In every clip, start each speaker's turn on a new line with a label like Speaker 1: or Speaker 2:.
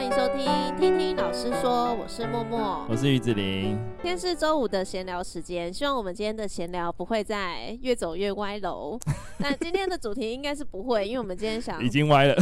Speaker 1: 迎收听《听听老师说》，我是默默。
Speaker 2: 我是于子林。
Speaker 1: 今天是周五的闲聊时间，希望我们今天的闲聊不会再越走越歪 楼。那今天的主题应该是不会，因为我们今天想
Speaker 2: 已，经歪了，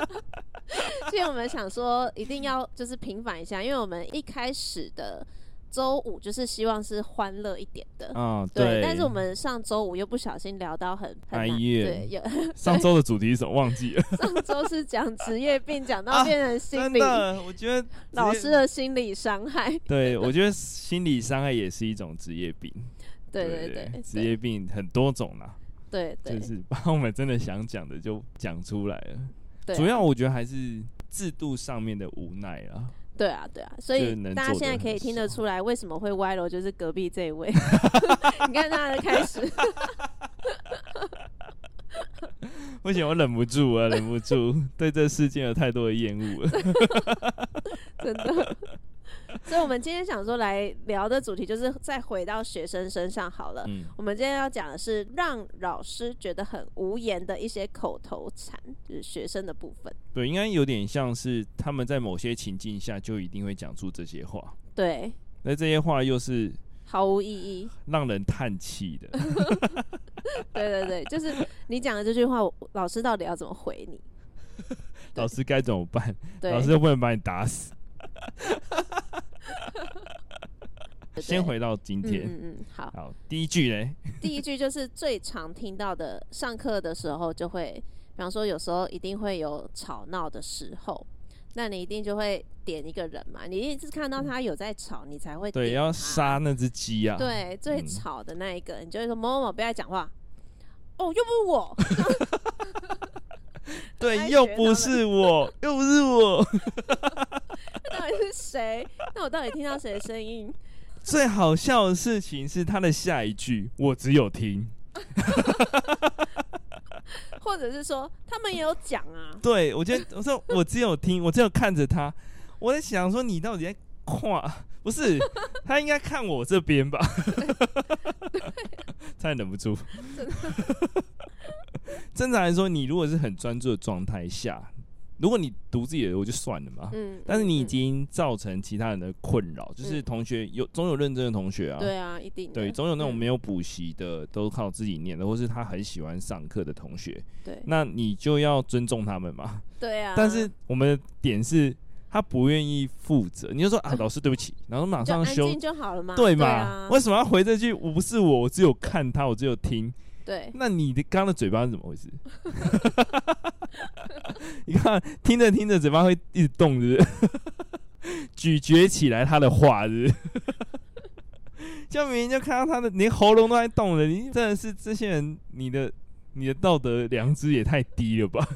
Speaker 1: 所以我们想说一定要就是平反一下，因为我们一开始的周五就是希望是欢乐一点的。
Speaker 2: 嗯，
Speaker 1: 对，但是我们上周五又不小心聊到很很
Speaker 2: 哎
Speaker 1: 难，
Speaker 2: 耶
Speaker 1: 对，有
Speaker 2: 上周的主题是什么忘 记了？
Speaker 1: 上周是讲职业病，讲到
Speaker 2: 啊
Speaker 1: 变成心理、，
Speaker 2: 我觉得
Speaker 1: 老师，的心理伤害，
Speaker 2: 对我觉得心理伤害也是一种职业病。
Speaker 1: 对对对，
Speaker 2: 职业病很多种啦，
Speaker 1: 对对
Speaker 2: 就是把我们真的想讲的就讲出来了。
Speaker 1: 对，啊
Speaker 2: 主要我觉得还是制度上面的无奈 啦。
Speaker 1: 对啊，对啊，所
Speaker 2: 就
Speaker 1: 以
Speaker 2: 是能
Speaker 1: 大家
Speaker 2: 做
Speaker 1: 现
Speaker 2: 的
Speaker 1: 在可
Speaker 2: 很
Speaker 1: 以听得
Speaker 2: 少
Speaker 1: 出来为什么会歪楼，就是隔壁这一 位。你看他的开始，
Speaker 2: 不行，我忍不住啊，忍 不住，对这世界有太多的厌恶了。
Speaker 1: 真的。 所以，我们今天想说来聊的主题，就是再回到学生身上好了。
Speaker 2: 嗯，
Speaker 1: 我们今天要讲的是让老师觉得很无言的一些口头禅，就是学生的部分。
Speaker 2: 对，应该有点像是他们在某些情境下就一定会讲出这些话，
Speaker 1: 对，
Speaker 2: 那这些话又是
Speaker 1: 毫无意义。
Speaker 2: 让人叹 气的。
Speaker 1: 对对对，就是你讲的这句话，我老师到底要怎么回你？对
Speaker 2: 老师该怎么办？
Speaker 1: 对，
Speaker 2: 老师又不能把你打死。
Speaker 1: 对
Speaker 2: 先。回到今
Speaker 1: 对
Speaker 2: 天，
Speaker 1: 嗯哎嗯嗯，好。
Speaker 2: 好，第一句嘞，
Speaker 1: 第一句就是最常听到的，上课的时候就会，比方说有时候一定会有吵闹的时候，那你一定就会点一个人嘛，你一定是看到他有在吵，你才会
Speaker 2: 对，
Speaker 1: 点
Speaker 2: 要
Speaker 1: 他
Speaker 2: 杀那只鸡啊。，
Speaker 1: 对最
Speaker 2: 嗯
Speaker 1: 吵的那一个，你就会说某某某不要再讲话，哦，又不是我，该
Speaker 2: 对，又
Speaker 1: 学
Speaker 2: 不
Speaker 1: 他
Speaker 2: 是我，又不是我。
Speaker 1: 那到底是谁？那我到底听到谁的声音？
Speaker 2: 最好笑的事情是他的下一句，我只有听。
Speaker 1: 或者是说他们也有讲啊？
Speaker 2: 对，我觉得我说我只有听，我只有看着他。我在想说，你到底在跨？不是，他应该看我这边吧？ 差点忍不住。正常来说，你如果是很专注的状态下，如果你读自己的，我就算了嘛。
Speaker 1: 嗯，
Speaker 2: 但是你已
Speaker 1: 嗯
Speaker 2: 经造成其他人的困扰，就是
Speaker 1: 嗯
Speaker 2: 同学有总有认真的同学啊，
Speaker 1: 对啊，一定的
Speaker 2: 对，总有那种
Speaker 1: 嗯
Speaker 2: 没有补习的，都靠自己念的，或是他很喜欢上课的同学，
Speaker 1: 对
Speaker 2: 那你就要尊重他们嘛。
Speaker 1: 对啊，
Speaker 2: 但是我们的点是，他不愿意负责，你就说啊，老师对不起，然后马
Speaker 1: 嗯就
Speaker 2: 上
Speaker 1: 安
Speaker 2: 修
Speaker 1: 静，就好了嘛，
Speaker 2: 对嘛？
Speaker 1: 啊
Speaker 2: 为什么要回这句？我不是我，我只有看他，我只有听。
Speaker 1: 对，
Speaker 2: 那你的刚刚的嘴巴是怎么回事？ 你看，听着听着，嘴巴会一直动，是不是？ 咀嚼起来他的话，是不 是？就明明就看到他的，连喉咙都在动了。你真的是这些人，你的你的道德良知也太低了吧？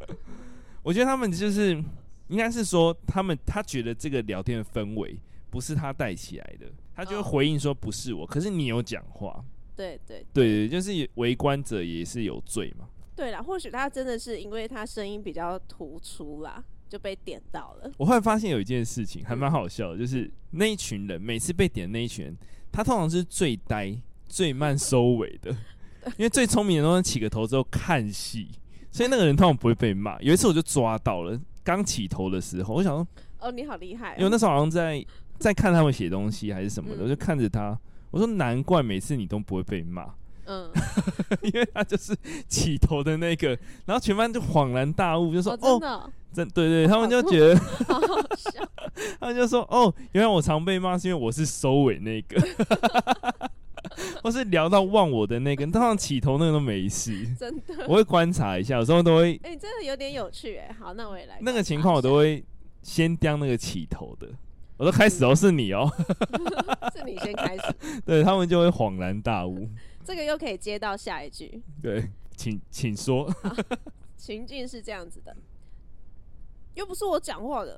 Speaker 2: 我觉得他们就是，应该是说，他们他觉得这个聊天的氛围不是他带起来的，他就会
Speaker 1: 哦
Speaker 2: 回应说不是我，可是你有讲话，
Speaker 1: 对对
Speaker 2: 对对，就是围观者也是有罪嘛。
Speaker 1: 对啦，或许他真的是因为他声音比较突出啦，就被点到了。
Speaker 2: 我后来发现有一件事情还
Speaker 1: 嗯
Speaker 2: 蛮好笑的，就是那一群人每次被点的那一群人，他通常是最呆、最慢收 尾的，因为最聪明的都是起个头之后看戏，所以那个人通常不会被骂。有一次我就抓到了，刚起头的时候，我想说，
Speaker 1: 哦，你好厉害、哦！
Speaker 2: 因为那时候好像在在看他们写东西还是什么的，
Speaker 1: 嗯
Speaker 2: 我就看着他，我说难怪每次你都不会被骂。
Speaker 1: 嗯，
Speaker 2: 因为他就是起头的那个，然后全班就恍然大悟，就说
Speaker 1: 哦，：“
Speaker 2: 哦
Speaker 1: 真，的哦、
Speaker 2: 真对对，他们就
Speaker 1: 好酷
Speaker 2: 觉得，
Speaker 1: 好好笑。
Speaker 2: 他们就说：哦，原来我常被骂是因为我是收尾那个， 或是聊到忘我的那个，通常起头那个都没事。
Speaker 1: 真的，
Speaker 2: 我会观察一下，有时候都 会
Speaker 1: 哎、真的有点有趣哎。好，那我也来。
Speaker 2: 那个情况，我都会先叼那个起头的，我说开始
Speaker 1: 嗯
Speaker 2: 哦，是你哦，
Speaker 1: 是你先开始，
Speaker 2: 对他们就会恍然大悟。
Speaker 1: 这个又可以接到下一句。
Speaker 2: 对，请请说，
Speaker 1: 情境是这样子的，又不是我讲话的，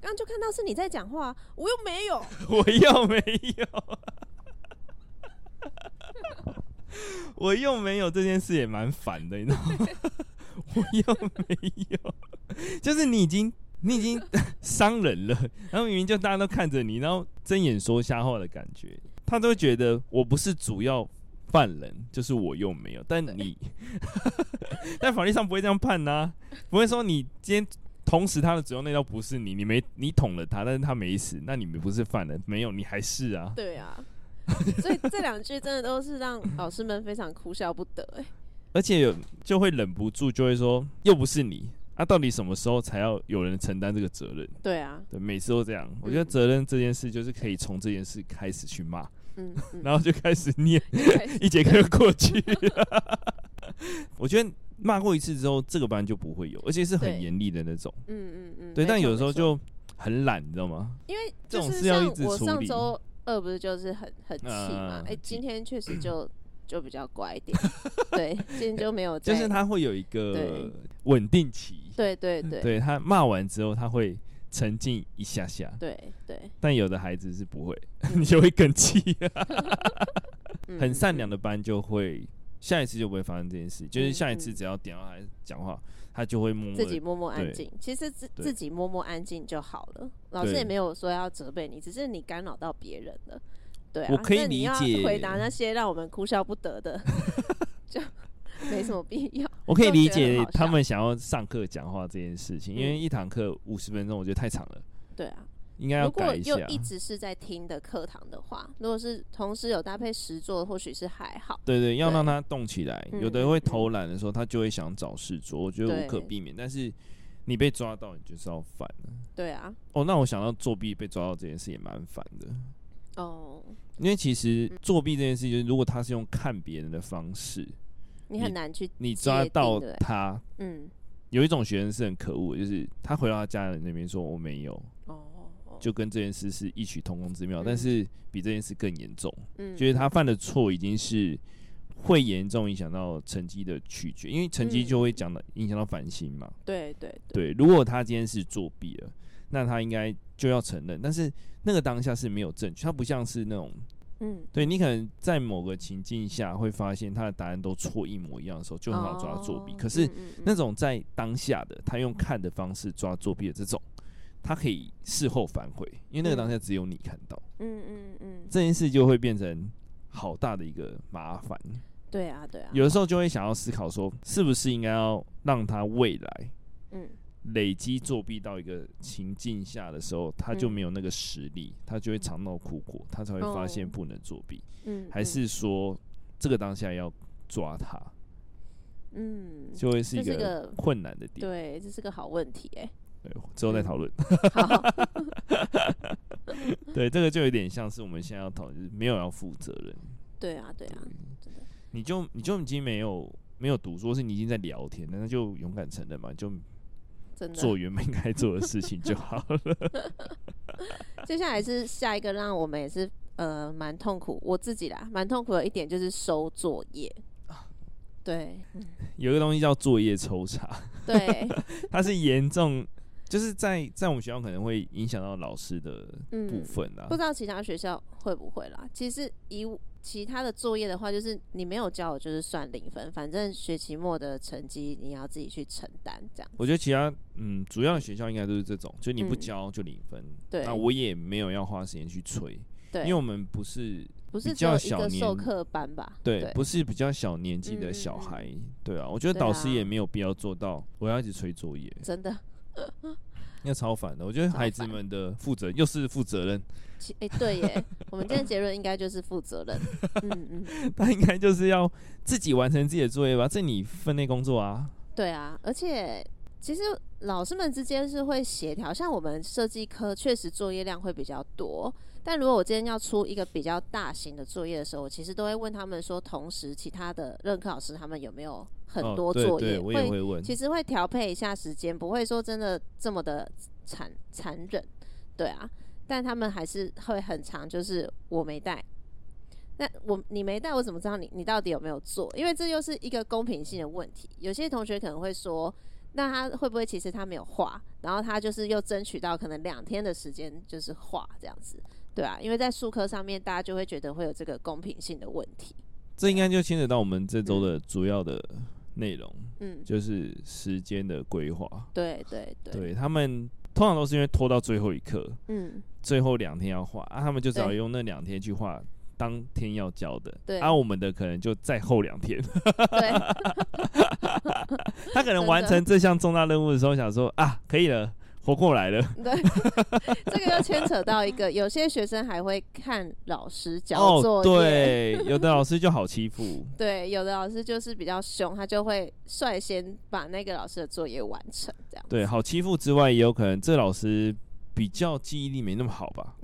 Speaker 1: 刚刚就看到是你在讲话，我又没有。
Speaker 2: 我又没有， 我又没有这件事也蛮烦的，你知道吗？ 我又没有， 就是你已经你已经 伤人了，然后明明就大家都看着你，然后睁眼说瞎话的感觉，他都会觉得我不是主要犯人，就是我又没 啊有，但你，但法律上不会这样判呐、不会说你今天。同时他的主要内道不是你，你没你捅了他，但是他没死，那你们不是犯人？没有，你还是啊。
Speaker 1: 对啊，所以这两句真的都是让老师们非常哭笑不得、哎，
Speaker 2: 而且有就会忍不住就会说，又不是你，那、到底什么时候才要有人承担这个责任？
Speaker 1: 对啊，
Speaker 2: 对，每次都这样。我觉得
Speaker 1: 嗯
Speaker 2: 责任这件事就是可以从这件事开始去骂，
Speaker 1: 嗯嗯，
Speaker 2: 然后就开始念，
Speaker 1: 对
Speaker 2: 一节课就 过去了。我觉得骂过一次之后，这个班就不会有，而且是很
Speaker 1: 对
Speaker 2: 严厉的那种。
Speaker 1: 嗯嗯嗯，
Speaker 2: 对，
Speaker 1: 没
Speaker 2: 但
Speaker 1: 错
Speaker 2: 有时候
Speaker 1: 没错
Speaker 2: 就很懒，你知道吗？
Speaker 1: 因为
Speaker 2: 这
Speaker 1: 就
Speaker 2: 种
Speaker 1: 是
Speaker 2: 事要一
Speaker 1: 像
Speaker 2: 直
Speaker 1: 我
Speaker 2: 处
Speaker 1: 上
Speaker 2: 理
Speaker 1: 周二不是就是很很气嘛？
Speaker 2: 嗯
Speaker 1: 哎、今天确实 就就比较乖一点，对，今天就没有
Speaker 2: 就
Speaker 1: 在，
Speaker 2: 是他会有一个
Speaker 1: 对
Speaker 2: 稳定期，
Speaker 1: 对对对
Speaker 2: 嗯对他骂完之后，他会沉静一下下，
Speaker 1: 对对，
Speaker 2: 但有的孩子是不会， 你就会更气。
Speaker 1: 嗯
Speaker 2: 很善良，的班就会下一次就不会发生这件事，就是
Speaker 1: 嗯
Speaker 2: 下一次
Speaker 1: 嗯
Speaker 2: 只要点到他讲话，他就会
Speaker 1: 嗯
Speaker 2: 默默
Speaker 1: 自己
Speaker 2: 地
Speaker 1: 默默安
Speaker 2: 对
Speaker 1: 静。其实自
Speaker 2: 对
Speaker 1: 自己默默安静就好了，老师
Speaker 2: 对
Speaker 1: 也没有说要责备你，只是你干扰到别人了。对啊，
Speaker 2: 我可以
Speaker 1: 那你
Speaker 2: 理
Speaker 1: 要
Speaker 2: 解
Speaker 1: 回答那些让我们哭笑不得的， 就没什么必要。
Speaker 2: 我可以
Speaker 1: 都
Speaker 2: 理
Speaker 1: 觉得很
Speaker 2: 解
Speaker 1: 好
Speaker 2: 他
Speaker 1: 笑
Speaker 2: 们想要上课讲话这件事情，因为
Speaker 1: 嗯
Speaker 2: 一堂课五十分钟，我觉得太长了，
Speaker 1: 对啊，
Speaker 2: 应该要
Speaker 1: 如果
Speaker 2: 改一下
Speaker 1: 又。一直是在听的课堂的话，如果是同时有搭配实作，或许是还好。
Speaker 2: 对对，要让
Speaker 1: 对
Speaker 2: 他动起来。
Speaker 1: 嗯
Speaker 2: 有的会
Speaker 1: 嗯
Speaker 2: 偷懒的时候，他就会想找事做，我觉得无
Speaker 1: 对
Speaker 2: 可避免。但是你被抓到，你就是要烦了。
Speaker 1: 对啊，
Speaker 2: 哦，那我想到作弊被抓到这件事也蛮烦的，
Speaker 1: 哦，
Speaker 2: 因为其实
Speaker 1: 嗯
Speaker 2: 作弊这件事，就是如果他是用看别人的方式，
Speaker 1: 你很难去，
Speaker 2: 你抓
Speaker 1: 界定
Speaker 2: 到
Speaker 1: 对不对
Speaker 2: 他，
Speaker 1: 嗯，
Speaker 2: 有一种学生是很可恶的，就是他回到他家人那边说我没有，
Speaker 1: 哦，哦
Speaker 2: 就跟这件事是异曲同工之妙，
Speaker 1: 嗯
Speaker 2: 但是比这件事更严重，
Speaker 1: 嗯
Speaker 2: 就是他犯的错已经是会严重影响到成绩的取决，因为成绩
Speaker 1: 嗯
Speaker 2: 就会讲到影响到繁星嘛。
Speaker 1: 对对对，
Speaker 2: 对，如果他今天是作弊了，那他应该就要承认，但是那个当下是没有证据，他不像是那种
Speaker 1: 嗯，
Speaker 2: 对你可能在某个情境下会发现他的答案都错一模一样的时候，就很好抓作弊，
Speaker 1: 哦
Speaker 2: 可是
Speaker 1: 嗯嗯嗯
Speaker 2: 那种在当下的他用看的方式抓作弊的这种，他可以事后反悔，因为那个
Speaker 1: 嗯
Speaker 2: 当下只有你看到，
Speaker 1: 嗯嗯嗯，
Speaker 2: 这件事就会变成好大的一个麻烦。
Speaker 1: 对啊对啊，
Speaker 2: 有的时候就会想要思考说，是不是应该要让他未来
Speaker 1: 嗯
Speaker 2: 累积作弊到一个情境下的时候，他就
Speaker 1: 嗯
Speaker 2: 没有那个实力，他就会尝到苦果，他才会发现
Speaker 1: 哦
Speaker 2: 不能作弊，
Speaker 1: 嗯，
Speaker 2: 还
Speaker 1: 嗯
Speaker 2: 是说这个当下要抓他，
Speaker 1: 嗯，
Speaker 2: 就会是一
Speaker 1: 这是
Speaker 2: 个
Speaker 1: 个
Speaker 2: 困难的点。
Speaker 1: 对，这是个好问题哎，
Speaker 2: 对，之后再 讨论。
Speaker 1: 好，
Speaker 2: 对，这个就有点像是我们现在要讨论，就是没有要负责任，
Speaker 1: 对啊对啊，
Speaker 2: 你就你就已经没有没有读书，或是你已经在聊天了，那就勇敢承认嘛，你就
Speaker 1: 啊真的。
Speaker 2: 做原本该做的事情就好了。
Speaker 1: 接下来是下一个让我们也是呃蛮痛苦，我自己啦蛮痛苦的一点就是收作业，啊对
Speaker 2: 有一个东西叫作业抽查，
Speaker 1: 对，
Speaker 2: 它是严重，就是在在我们学校可能会影响到老师的部
Speaker 1: 嗯，
Speaker 2: 分啊
Speaker 1: 不。知道其他学校会不会啦。其实以我其他的作业的话，就是你没有交，我就是算零分，反正学期末的成绩你要自己去承担，这样。
Speaker 2: 我觉得其他嗯主要的学校应该都是这种，就你不
Speaker 1: 嗯
Speaker 2: 交就零分。
Speaker 1: 对
Speaker 2: 那我也没有要花时间去催，因为
Speaker 1: 对，
Speaker 2: 我们不是
Speaker 1: 不是
Speaker 2: 比
Speaker 1: 只
Speaker 2: 较
Speaker 1: 有一
Speaker 2: 小
Speaker 1: 个
Speaker 2: 年
Speaker 1: 授课班吧？
Speaker 2: 对，
Speaker 1: 对
Speaker 2: 不是比较小年纪的
Speaker 1: 嗯
Speaker 2: 小
Speaker 1: 嗯嗯
Speaker 2: 孩，对啊，我觉得
Speaker 1: 对
Speaker 2: 导师
Speaker 1: 啊
Speaker 2: 也没有必要做到，我要一直催作业，
Speaker 1: 真的，
Speaker 2: 那超烦的。我觉得
Speaker 1: 超
Speaker 2: 孩子
Speaker 1: 烦
Speaker 2: 们的负责又是负责任，
Speaker 1: 其哎、对耶，我们今天结论应该就是负责 任。嗯嗯，
Speaker 2: 他应该就是要自己完成自己的作业吧，这你分内工作啊。
Speaker 1: 对啊，而且其实老师们之间是会协调，像我们设计科确实作业量会比较多，但如果我今天要出一个比较大型的作业的时候，我其实都会问他们说，同时其他的任课老师他们有没有很
Speaker 2: 哦
Speaker 1: 多
Speaker 2: 对
Speaker 1: 作
Speaker 2: 对
Speaker 1: 业，
Speaker 2: 我也会问。
Speaker 1: 其实会调配一下时间，不会说真的这么的残残忍，对啊。但他们还是会很长，就是我没带，那我你没带，我怎么知道你你到底有没有做？因为这又是一个公平性的问题。有些同学可能会说，那他会不会其实他没有画，然后他就是又争取到可能两天的时间就是画这样子，对啊，因为在术科上面，大家就会觉得会有这个公平性的问题。
Speaker 2: 这应该就牵扯到我们这周的主要的内容，
Speaker 1: 嗯，
Speaker 2: 就是时间的规划。
Speaker 1: 对对对，
Speaker 2: 对他们通常都是因为拖到最后一刻，
Speaker 1: 嗯，
Speaker 2: 最后两天要画啊，他们就只好
Speaker 1: 对
Speaker 2: 用那两天去画当天要交的。
Speaker 1: 对
Speaker 2: 啊，我们的可能就再后两天。
Speaker 1: 对，
Speaker 2: 他可能完成这项重大任务的时候，想说啊，可以了，活过来了。
Speaker 1: 对， 这个又牵扯到一个，有些学生还会看老师交
Speaker 2: 哦，
Speaker 1: 作业，
Speaker 2: 对，有的老师就好欺负，
Speaker 1: 对，有的老师就是比较凶，他就会率先把那个老师的作业完成，这样。
Speaker 2: 对，好欺负之外，也有可能这老师比较记忆力没那么 好吧。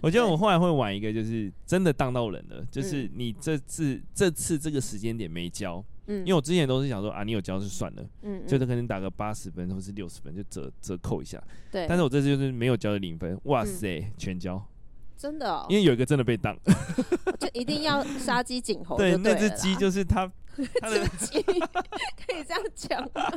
Speaker 2: 我觉得我后来会玩一个，就是真的当到人了，就是你这次这次这个时间点没交，
Speaker 1: 嗯
Speaker 2: 因为我之前都是想说啊，你有交就算了，
Speaker 1: 嗯，嗯
Speaker 2: 就是可能打个八十分或是六十分就折折扣一下，
Speaker 1: 对，
Speaker 2: 但是我这次就是没有交的零分，哇塞，全交，
Speaker 1: 真的、哦
Speaker 2: 因，为有一个真的被当，
Speaker 1: 就一定要杀鸡儆猴哦就
Speaker 2: 对，
Speaker 1: 对，
Speaker 2: 那只鸡就是他，他的
Speaker 1: 这只鸡 可以这样讲 吗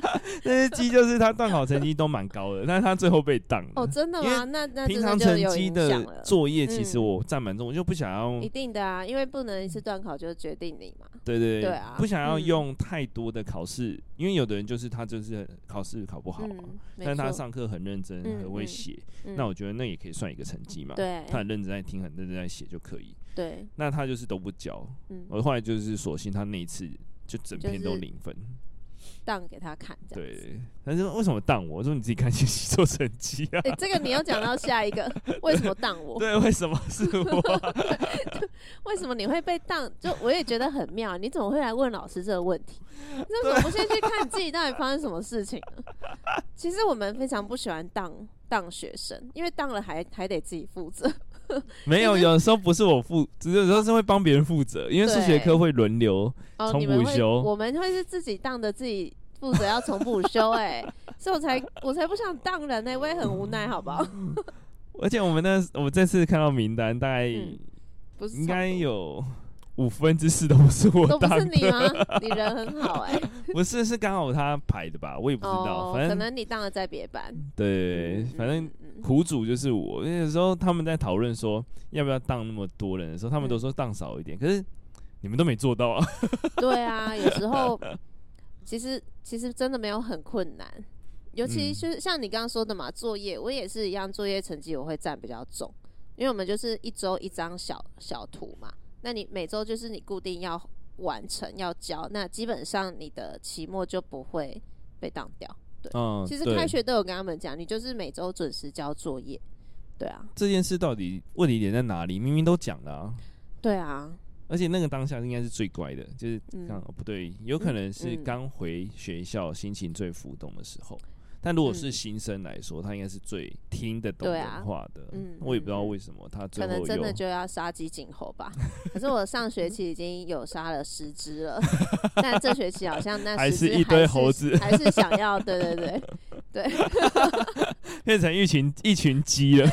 Speaker 2: 那只鸡就是他段考成绩都蛮高的，但是 他最后被当了。
Speaker 1: 哦，真的
Speaker 2: 因
Speaker 1: 吗？
Speaker 2: 为
Speaker 1: 那那
Speaker 2: 平
Speaker 1: 真
Speaker 2: 常
Speaker 1: 的
Speaker 2: 成
Speaker 1: 就有
Speaker 2: 绩
Speaker 1: 影响
Speaker 2: 的
Speaker 1: 了。
Speaker 2: 作业，其实
Speaker 1: 嗯
Speaker 2: 我占蛮重，我就不想要
Speaker 1: 一，定的啊，因为不能一次段考就决定你嘛。
Speaker 2: 对对
Speaker 1: 对啊
Speaker 2: 不想要
Speaker 1: 嗯
Speaker 2: 用太多的考试，因为有的人就是他就是考试考不好啊，
Speaker 1: 嗯，没
Speaker 2: 但是他
Speaker 1: 错，
Speaker 2: 上课很认真，
Speaker 1: 嗯
Speaker 2: 很会
Speaker 1: 嗯
Speaker 2: 写，
Speaker 1: 嗯
Speaker 2: 那我觉得那也可以算一个成绩嘛。
Speaker 1: 对嗯
Speaker 2: 他很认真在听，很认真在写就可以。
Speaker 1: 对，
Speaker 2: 那他就是都不交，
Speaker 1: 嗯，
Speaker 2: 我后来就是索性他那一次就整篇
Speaker 1: 就
Speaker 2: 都
Speaker 1: 是
Speaker 2: 零分。
Speaker 1: 当给他看这样子。
Speaker 2: 对，但是为什么当我？我说你自己看信息做成绩啊？
Speaker 1: 哎、这个你要讲到下一个，为什么当我？
Speaker 2: 对，为什么是我？
Speaker 1: 为什么你会被当？就我也觉得很妙，你怎么会来问老师这个问题？ 你怎么不先去看自己到底发生什么事情呢？其实我们非常不喜欢当当学生，因为当了还还得自己负责。
Speaker 2: 没有，有的时候不是我负，只是有时候是会帮别人负责，因为数学科会轮流。
Speaker 1: 哦，
Speaker 2: 重
Speaker 1: 你们
Speaker 2: 补
Speaker 1: 会，
Speaker 2: 修
Speaker 1: 我们会是自己当的，自己负责要重补修、哎，所以我才我才不想当人呢、欸我也很无奈，好不好？
Speaker 2: 而且我们那我这次看到名单，大概
Speaker 1: 嗯
Speaker 2: 应
Speaker 1: 不是
Speaker 2: 该
Speaker 1: 重
Speaker 2: 有五分之四都不是我
Speaker 1: 补，都不
Speaker 2: 当
Speaker 1: 是你
Speaker 2: 的，
Speaker 1: 吗？你人很好哎、
Speaker 2: 不是是刚好他排的吧？我也不知道，
Speaker 1: 哦，
Speaker 2: 反
Speaker 1: 可
Speaker 2: 正
Speaker 1: 能你当了在别班，
Speaker 2: 对，
Speaker 1: 嗯
Speaker 2: 反正
Speaker 1: 嗯嗯嗯
Speaker 2: 苦主就是我。因为有时候他们在讨论说要不要当那么多人的时候，他们都说当少
Speaker 1: 嗯
Speaker 2: 一点，可是你们都没做到啊。
Speaker 1: 对啊，有时候其实其实真的没有很困难，尤其
Speaker 2: 嗯
Speaker 1: 就是像你刚刚说的嘛，作业我也是一样，作业成绩我会占比较重，因为我们就是一周一张小小图嘛，那你每周就是你固定要完成要交，那基本上你的期末就不会被当掉。
Speaker 2: 嗯，
Speaker 1: 其实
Speaker 2: 对
Speaker 1: 开学都有跟他们讲，你就是每周准时交作业。对啊，
Speaker 2: 这件事到底问题点在哪里？明明都讲了啊。
Speaker 1: 对啊，
Speaker 2: 而且那个当下应该是最乖的，就是
Speaker 1: 嗯
Speaker 2: 刚、哦不对，有可能是
Speaker 1: 嗯
Speaker 2: 刚回学校心情最浮动的时候。但如果是
Speaker 1: 嗯
Speaker 2: 新生来说，他应该是最听得懂
Speaker 1: 对啊
Speaker 2: 人话的。
Speaker 1: 嗯
Speaker 2: 我也不知道
Speaker 1: 嗯嗯
Speaker 2: 为什么他最
Speaker 1: 可
Speaker 2: 后
Speaker 1: 能真的
Speaker 2: 有
Speaker 1: 就要杀鸡儆猴吧。可是我上学期已经有杀了十只了， 但这学期好像那
Speaker 2: 还
Speaker 1: 10只
Speaker 2: 是一堆猴子
Speaker 1: 还是，还是想要对对对 对，
Speaker 2: 变成一群一群 鸡了，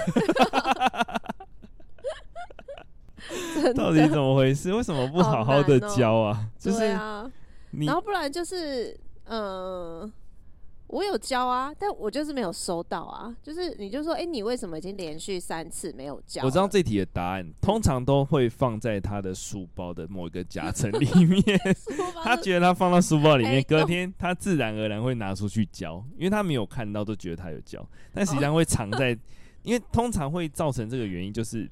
Speaker 1: 真
Speaker 2: 到底
Speaker 1: 的
Speaker 2: 怎么回事？为什么不
Speaker 1: 好
Speaker 2: 好好的
Speaker 1: 难哦
Speaker 2: 教啊？就
Speaker 1: 对
Speaker 2: 是
Speaker 1: 啊，
Speaker 2: 你
Speaker 1: 然后不然就是嗯、呃我有交啊，但我就是没有收到啊。就是你就说，哎、你为什么已经连续三次没有交？
Speaker 2: 我知道，这题的答案，通常都会放在他的书包的某一个夹层里 面。 他觉得他放到书包里
Speaker 1: 哎
Speaker 2: 面，隔
Speaker 1: 动
Speaker 2: 天他自然而然会拿出去交，因为他没有看到都觉得他有交，但实际
Speaker 1: 哦
Speaker 2: 上会藏在， 因为通常会造成这个原因就是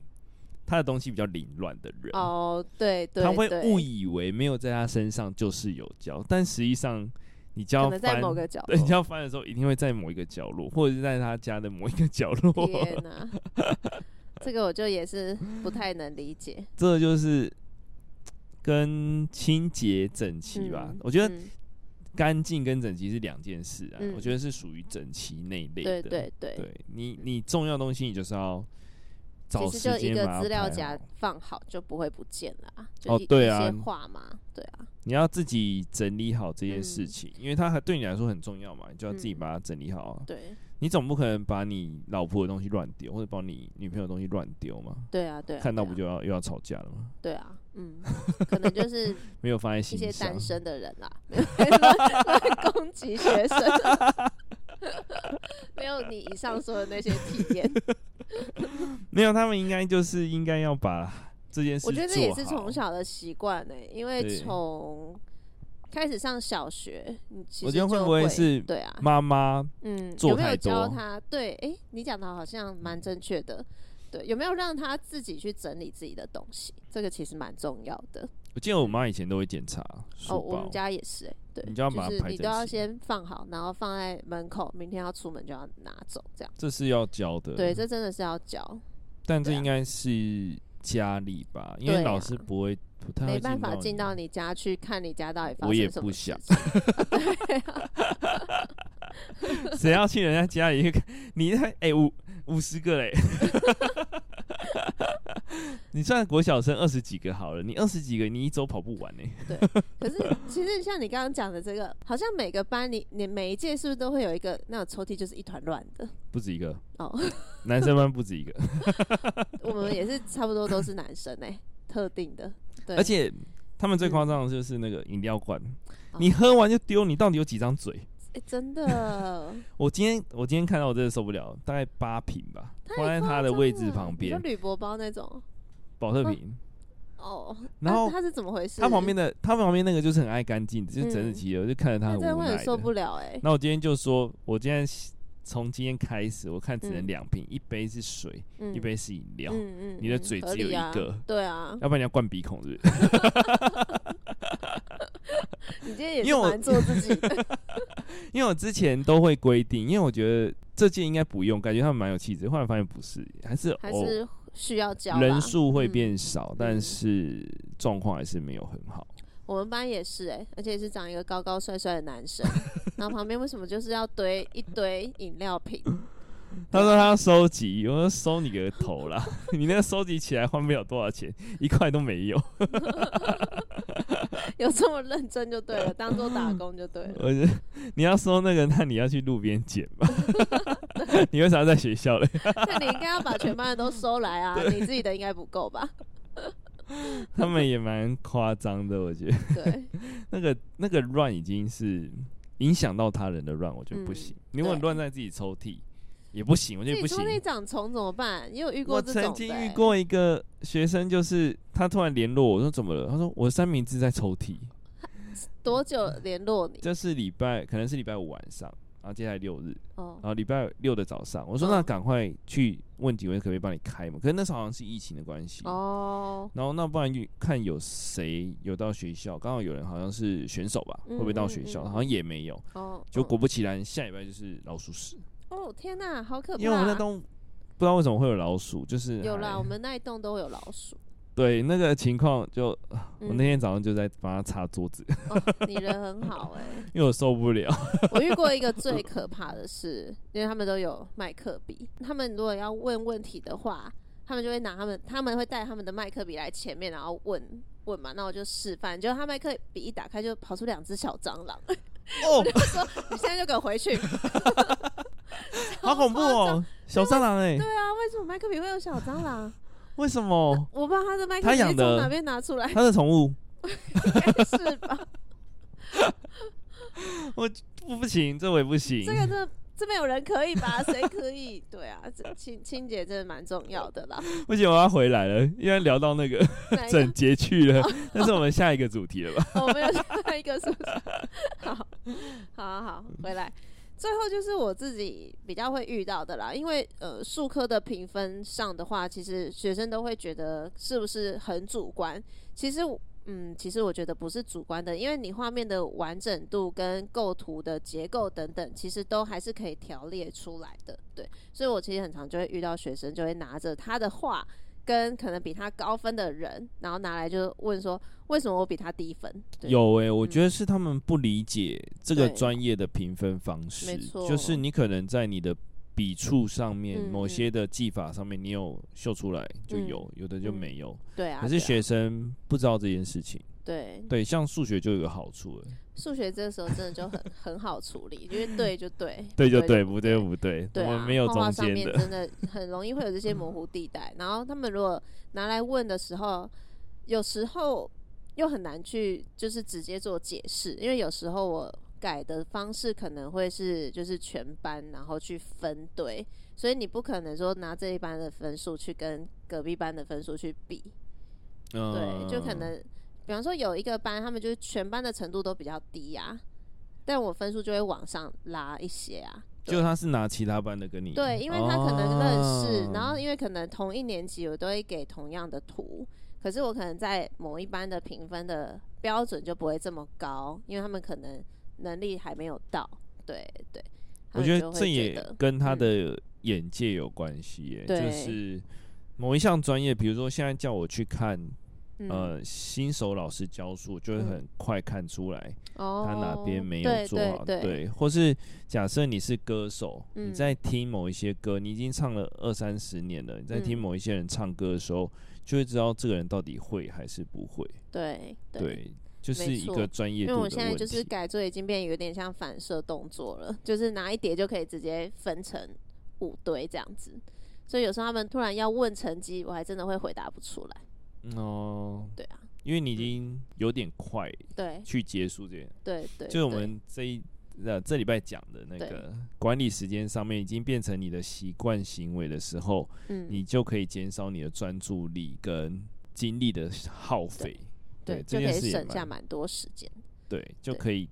Speaker 2: 他的东西比较凌乱的人，
Speaker 1: 哦，对对，
Speaker 2: 他会
Speaker 1: 对
Speaker 2: 误以为没有在他身上就是有交，但实际上你就
Speaker 1: 可
Speaker 2: 要
Speaker 1: 能在
Speaker 2: 翻，
Speaker 1: 某个角
Speaker 2: 对，你就
Speaker 1: 落。
Speaker 2: 要翻的时候一定会在某一个角落，或者是在他家的某一个角落，
Speaker 1: 天哪、 这个我就也是不太能理解。
Speaker 2: 这就是跟清洁整齐吧，
Speaker 1: 嗯
Speaker 2: 我觉得
Speaker 1: 嗯
Speaker 2: 干净跟整齐是两件事啊，
Speaker 1: 嗯
Speaker 2: 我觉得是属于整齐那一类
Speaker 1: 对
Speaker 2: 的。
Speaker 1: 对对，
Speaker 2: 对你你重要的东西，你就是要找
Speaker 1: 其
Speaker 2: 时
Speaker 1: 实就一
Speaker 2: 间把
Speaker 1: 个
Speaker 2: 它
Speaker 1: 资料
Speaker 2: 排
Speaker 1: 夹
Speaker 2: 好
Speaker 1: 放好就不会不见了啊，就
Speaker 2: 哦
Speaker 1: 一
Speaker 2: 对
Speaker 1: 一
Speaker 2: 啊
Speaker 1: 些话嘛，对啊，
Speaker 2: 你要自己整理好这件事
Speaker 1: 嗯
Speaker 2: 情，因为它还对你来说很重要嘛，你就要自己
Speaker 1: 嗯
Speaker 2: 把它整理好、啊。
Speaker 1: 对
Speaker 2: 你总不可能把你老婆的东西乱丢，或者把你女朋友的东西乱丢嘛？
Speaker 1: 对啊对啊，
Speaker 2: 看到
Speaker 1: 对
Speaker 2: 不
Speaker 1: 啊
Speaker 2: 就要又要吵架了吗？
Speaker 1: 对啊， 嗯，可能就是
Speaker 2: 没有放在
Speaker 1: 一些
Speaker 2: 心上
Speaker 1: 单。身的人 啦，没有乱乱攻击学生，没有你以上说的那些体 验，
Speaker 2: 没有，他们应该就是应该要把这件事
Speaker 1: 我觉得这也
Speaker 2: 做
Speaker 1: 是
Speaker 2: 好
Speaker 1: 从小的习惯呢，因
Speaker 2: 对
Speaker 1: 为从开始上小学，你其
Speaker 2: 我
Speaker 1: 实
Speaker 2: 觉得会
Speaker 1: 就
Speaker 2: 不会是
Speaker 1: 对 啊，
Speaker 2: 妈妈
Speaker 1: 嗯，
Speaker 2: 做
Speaker 1: 有没
Speaker 2: 太
Speaker 1: 有教
Speaker 2: 多嗯
Speaker 1: 他？对，诶，你讲的好像蛮正确的，对，有没有让他自己去整理自己的东西，这个其实蛮重要的。
Speaker 2: 我记得我妈以前都会检查
Speaker 1: 哦，
Speaker 2: 书
Speaker 1: 我们
Speaker 2: 包，
Speaker 1: 家也是、欸，对，
Speaker 2: 你就要把它
Speaker 1: 是
Speaker 2: 排
Speaker 1: 你
Speaker 2: 整
Speaker 1: 都要
Speaker 2: 齐啊
Speaker 1: 先放好，然后放在门口，明天要出门就要拿走，这样。
Speaker 2: 这是要教的。
Speaker 1: 对，这真的是要教，
Speaker 2: 但这
Speaker 1: 对啊
Speaker 2: 应该是家里吧，因为
Speaker 1: 对啊
Speaker 2: 老师不会不太会
Speaker 1: 没办法进
Speaker 2: 进
Speaker 1: 到
Speaker 2: 你。
Speaker 1: 你家去看你家到底发
Speaker 2: 我也
Speaker 1: 生什
Speaker 2: 不
Speaker 1: 么事
Speaker 2: 想
Speaker 1: 情。
Speaker 2: 谁要去人家家里去 看？你那哎五五十个嘞， 你算国小生二十几个好了，你二十几个你一周跑不完呢、
Speaker 1: 可是其实像你刚刚讲的这个，好像每个班你你每一届是不是都会有一个那种抽屉就是一团乱的？
Speaker 2: 不止一个
Speaker 1: 哦，
Speaker 2: 男生班不止一个，
Speaker 1: 我们也是差不多都是男生哎、特定的。对，
Speaker 2: 而且他们最夸张的就是那个饮料罐，
Speaker 1: 哦
Speaker 2: 你喝完就丢，你到底有几张嘴？
Speaker 1: 哎真 的
Speaker 2: 我今天我今天看到我真的受不了，大概八瓶吧，
Speaker 1: 太
Speaker 2: 放在
Speaker 1: 夸
Speaker 2: 他的
Speaker 1: 张
Speaker 2: 位置
Speaker 1: 了
Speaker 2: 旁
Speaker 1: 你说
Speaker 2: 边，
Speaker 1: 铝箔包那种
Speaker 2: 保特瓶，
Speaker 1: 哦，
Speaker 2: 然后
Speaker 1: 他是嗯怎么回事？
Speaker 2: 他旁边的他旁边那个就是很爱干净，就是整整齐齐的，我就看着他
Speaker 1: 那
Speaker 2: 很
Speaker 1: 真的
Speaker 2: 无
Speaker 1: 会
Speaker 2: 奈
Speaker 1: 很
Speaker 2: 的
Speaker 1: 受不了哎、
Speaker 2: 那我今天就说，我今天从今天开始，我看只能
Speaker 1: 嗯
Speaker 2: 两瓶，一杯是水，
Speaker 1: 嗯，
Speaker 2: 一杯是饮料，
Speaker 1: 嗯嗯，
Speaker 2: 你的
Speaker 1: 嗯
Speaker 2: 嘴
Speaker 1: 合
Speaker 2: 只有
Speaker 1: 理
Speaker 2: 一
Speaker 1: 啊
Speaker 2: 个
Speaker 1: 对啊，
Speaker 2: 要不然你要灌鼻孔是不是？
Speaker 1: 你今天也
Speaker 2: 因
Speaker 1: 是
Speaker 2: 为我
Speaker 1: 蛮做自 己的，
Speaker 2: 因为我之前都会规定，因为我觉得这届应该不用，感觉他们蛮有气质，后来发现不是，还是
Speaker 1: 还
Speaker 2: 哦
Speaker 1: 是需要教吧
Speaker 2: 人数会
Speaker 1: 嗯
Speaker 2: 变少，但
Speaker 1: 嗯
Speaker 2: 是状况还是没有很好。
Speaker 1: 我们班也是哎、而且是长一个高高帅帅的男 生，然后旁边为什么就是要堆一堆饮料瓶？ 嗯
Speaker 2: 他说他要收集，我说收你个头啦！你那个收集起来换不了多少钱，一块都没有。
Speaker 1: 有这么认真就对了，当做打工就对了。
Speaker 2: 我觉得你要收那个，那你要去路边捡 吧。你为啥在学校嘞？
Speaker 1: 那你应该要把全班的都收来 啊，你自己的应该不够吧？
Speaker 2: 他们也蛮夸张的，我觉得
Speaker 1: 对，
Speaker 2: 那个那个乱已经是影响到他人的乱，我觉得不行。如果你
Speaker 1: 嗯对
Speaker 2: 乱在自己抽屉也不行，我觉
Speaker 1: 自
Speaker 2: 得
Speaker 1: 己
Speaker 2: 不行
Speaker 1: 抽。屉长虫怎么办？也有遇
Speaker 2: 我
Speaker 1: 过这种的、
Speaker 2: 曾经遇
Speaker 1: 欸，
Speaker 2: 过一个学生，就是他突然联络我我说怎么了？他说我的三明治在抽屉，
Speaker 1: 多久联络你？
Speaker 2: 这是礼拜可能是礼拜五晚上，然后接下来六日，
Speaker 1: 哦
Speaker 2: 然，后礼拜六的早上，我说
Speaker 1: 嗯
Speaker 2: 那赶快去问几位可不可以帮你开门，可是那时候好像是疫情的关系。
Speaker 1: 哦，
Speaker 2: 然后那不然就看有谁有到学校，刚好有人好像是选手吧，
Speaker 1: 嗯
Speaker 2: 会不会到
Speaker 1: 嗯
Speaker 2: 学校？
Speaker 1: 嗯
Speaker 2: 好像也没有。
Speaker 1: 哦，
Speaker 2: 就果不其然，下礼拜就是老鼠屎，
Speaker 1: 哦，天哪、好可怕！
Speaker 2: 因为我们 那栋不知道为什么会有老鼠，就是
Speaker 1: 有啦，
Speaker 2: 还
Speaker 1: 我们那一栋都有老鼠。
Speaker 2: 对那个情况就，我
Speaker 1: 嗯
Speaker 2: 那天早上就在帮他擦桌子，
Speaker 1: 哦，你人很好哎、
Speaker 2: 因为我受不了。
Speaker 1: 我遇过一个最可怕的是，因为他们都有麦克笔，他们如果要问问题的话，他们就会拿他们，他们会带他们的麦克笔来前面，然后问问嘛。那我就示范，就他麦克笔一打开，就跑出两只小蟑螂，
Speaker 2: 哦，
Speaker 1: 就说你现在就给我回去。
Speaker 2: 好恐怖哦，小蟑螂哎、
Speaker 1: 对啊，为什么麦克笔会有小蟑螂？
Speaker 2: 为什么？
Speaker 1: 我不知道他的麦克
Speaker 2: 他
Speaker 1: 笔
Speaker 2: 养
Speaker 1: 是从
Speaker 2: 的
Speaker 1: 哪边拿出来，
Speaker 2: 它是宠物，
Speaker 1: 应该是吧？
Speaker 2: 不不行，这我也不 行。
Speaker 1: 这个这这边有人可以吧？ 谁可以？对啊，这清清洁真的蛮重要的 啦。
Speaker 2: 不行，我要回来了，因为聊到那个
Speaker 1: 哪一个
Speaker 2: 整洁去了， 那是我们下一个主题了吧？
Speaker 1: 哦，没有下一个是不是？好，好好好，回来。最后就是我自己比较会遇到的啦，因为呃，数科的评分上的话，其实学生都会觉得是不是很主观？其实我，嗯，其实我觉得不是主观的，因为你画面的完整度跟构图的结构等等，其实都还是可以条列出来的。对，所以我其实很常就会遇到学生就会拿着他的画跟可能比他高分的人，然后拿来就问说，为什么我比他低分？对，
Speaker 2: 有诶、我觉得是他们不理解这个
Speaker 1: 对
Speaker 2: 专业的评分方式
Speaker 1: 没，错
Speaker 2: 就是你可能在你的笔触上面、
Speaker 1: 嗯
Speaker 2: 某
Speaker 1: 嗯
Speaker 2: 些的技法上面，你有秀出来就
Speaker 1: 嗯
Speaker 2: 有，有的就
Speaker 1: 嗯
Speaker 2: 没有。
Speaker 1: 对啊，
Speaker 2: 可是
Speaker 1: 对啊
Speaker 2: 学生不知道这件事情，
Speaker 1: 对
Speaker 2: 对，像数学就有个好处了，
Speaker 1: 数学这个时候真的就很很好处理，因为对就对，
Speaker 2: 对就
Speaker 1: 不
Speaker 2: 对，不对就不对，
Speaker 1: 对
Speaker 2: 我
Speaker 1: 啊，
Speaker 2: 们没有
Speaker 1: 画
Speaker 2: 中
Speaker 1: 画上
Speaker 2: 间
Speaker 1: 面
Speaker 2: 的。
Speaker 1: 真的很容易会有这些模糊地带。然后他们如果拿来问的时候，有时候又很难去就是直接做解释，因为有时候我改的方式可能会是就是全班然后去分对，所以你不可能说拿这一班的分数去跟隔壁班的分数去比，对，就可
Speaker 2: 嗯
Speaker 1: 能，比方说有一个班，他们就是全班的程度都比较低啊，但我分数就会往上拉一些啊，
Speaker 2: 就他是拿其他班的跟你
Speaker 1: 对，因为他可能认识，
Speaker 2: 哦
Speaker 1: 然后因为可能同一年级我都会给同样的图，可是我可能在某一班的评分的标准就不会这么高，因为他们可能能力还没有到。对对，他
Speaker 2: 我
Speaker 1: 们
Speaker 2: 觉
Speaker 1: 就
Speaker 2: 得
Speaker 1: 会
Speaker 2: 这也
Speaker 1: 得
Speaker 2: 跟他的眼界有关系耶，就
Speaker 1: 对
Speaker 2: 是某一项专业，比如说现在叫我去看、
Speaker 1: 嗯
Speaker 2: 呃新手老师教书，就会
Speaker 1: 嗯
Speaker 2: 很快看出来
Speaker 1: 哦
Speaker 2: 他哪边没有
Speaker 1: 对
Speaker 2: 做啊好，
Speaker 1: 对对
Speaker 2: 或是假设你是歌手，你
Speaker 1: 嗯
Speaker 2: 在听某一些歌，你已经唱了二三十年了，你在
Speaker 1: 嗯
Speaker 2: 听某一些人唱歌的时候，就会知道这个人到底会还是不会，
Speaker 1: 对对
Speaker 2: 对，就
Speaker 1: 没
Speaker 2: 是一个
Speaker 1: 错
Speaker 2: 专业
Speaker 1: 因
Speaker 2: 度
Speaker 1: 为
Speaker 2: 的
Speaker 1: 我
Speaker 2: 问题。
Speaker 1: 现在就是改作已经变有点像反射动作了，就是拿一叠就可以直接分成五堆这样子，所以有时候他们突然要问成绩，我还真的会回答不出来。
Speaker 2: 嗯哦，
Speaker 1: 对啊，
Speaker 2: 因为你已
Speaker 1: 嗯
Speaker 2: 经有点快
Speaker 1: 对
Speaker 2: 去结束这件。
Speaker 1: 对对，
Speaker 2: 就是我
Speaker 1: 对
Speaker 2: 们这一呃这礼拜讲的那
Speaker 1: 对
Speaker 2: 个管理时间上面已经变成你的习惯行为的时候，
Speaker 1: 嗯
Speaker 2: 你就可以减少你的专注力跟精力的耗费。
Speaker 1: 对，
Speaker 2: 这
Speaker 1: 就可
Speaker 2: 件
Speaker 1: 以
Speaker 2: 事也
Speaker 1: 省下
Speaker 2: 蛮
Speaker 1: 蛮多时间
Speaker 2: 对，就
Speaker 1: 对
Speaker 2: 可以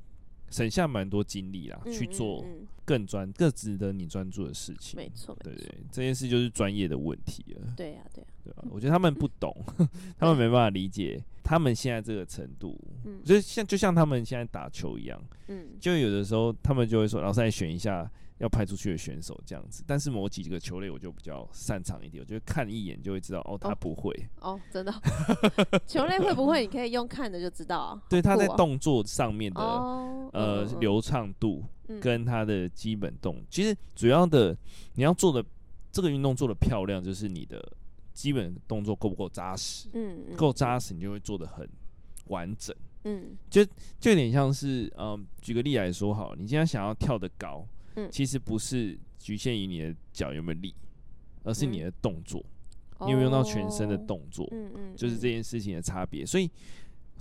Speaker 2: 省下蛮多精力啦，去
Speaker 1: 嗯嗯
Speaker 2: 做
Speaker 1: 嗯
Speaker 2: 更专、更值得你专注的事情。
Speaker 1: 没错
Speaker 2: 对
Speaker 1: 没错，
Speaker 2: 对，这件事就是专业的问题了，
Speaker 1: 对呀对呀，啊
Speaker 2: 对吧、我觉得他们不 懂，他们没办法理解他们现在这个程度，
Speaker 1: 嗯
Speaker 2: 就像就像他们现在打球一样，
Speaker 1: 嗯
Speaker 2: 就有的时候他们就会说，老师来选一下要派出去的选手这样子。但是某几个球类我就比较擅长一点，我就会看一眼就会知道，哦，他
Speaker 1: 哦
Speaker 2: 不会。
Speaker 1: 哦，真 的哦，球类会不会你可以用看的就知道啊，
Speaker 2: 对，他在
Speaker 1: 酷哦
Speaker 2: 动作上面的、
Speaker 1: 哦，
Speaker 2: 呃
Speaker 1: 嗯嗯嗯
Speaker 2: 流畅度
Speaker 1: 嗯
Speaker 2: 跟他的基本动，其实主要的你要做的这个运动做的漂亮，就是你的基本动作够不够扎实，
Speaker 1: 嗯嗯
Speaker 2: 够扎实你就会做的很完整。
Speaker 1: 嗯
Speaker 2: 就有点像是，嗯，举个例来说好了，你今天想要跳得高，
Speaker 1: 嗯
Speaker 2: 其实不是局限于你的脚有没有力，而是你
Speaker 1: 嗯
Speaker 2: 的动作，你有没有用到全身的
Speaker 1: 哦
Speaker 2: 动作，
Speaker 1: 嗯嗯，
Speaker 2: 就是
Speaker 1: 嗯
Speaker 2: 这件事情的差别。所以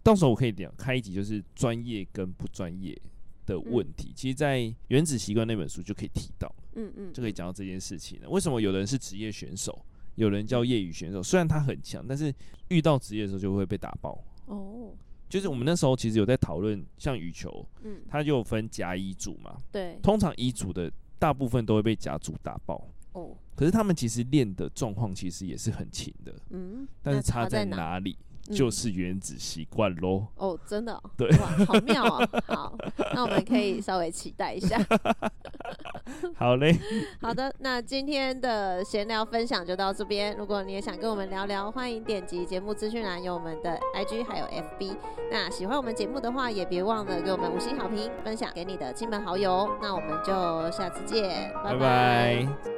Speaker 2: 到时候我可以讲开一集，就是专业跟不专业的问题。其实，在《原子习惯》那本书就可以提到，
Speaker 1: 嗯嗯
Speaker 2: 就可以讲到这件事情了。为什么有人是职业选手，有人叫业余选手？虽然他很强，但是遇到职业的时候就会被打爆。
Speaker 1: 哦，
Speaker 2: 就是我们那时候其实有在讨论，像羽球，
Speaker 1: 嗯
Speaker 2: 它就有分甲乙组嘛。
Speaker 1: 对
Speaker 2: 通常乙组的大部分都会被甲组打爆，
Speaker 1: 哦
Speaker 2: 可是他们其实练的状况其实也是很勤的，
Speaker 1: 嗯，
Speaker 2: 但
Speaker 1: 那
Speaker 2: 是差
Speaker 1: 在？
Speaker 2: 在哪里，就
Speaker 1: 嗯
Speaker 2: 是原子习惯咯。
Speaker 1: 哦，真的哦，
Speaker 2: 对
Speaker 1: 哇，好妙哦， 好，那我们可以稍微期待一下。
Speaker 2: 好 嘞，
Speaker 1: 好的，那今天的闲聊分享就到这边。如果你也想跟我们聊聊，欢迎点击节目资讯栏有我们的 IG 还有 FB。那喜欢我们节目的话，也别忘了给我们五星好评，分享给你的亲朋好友哦。那我们就下次见，拜
Speaker 2: 拜拜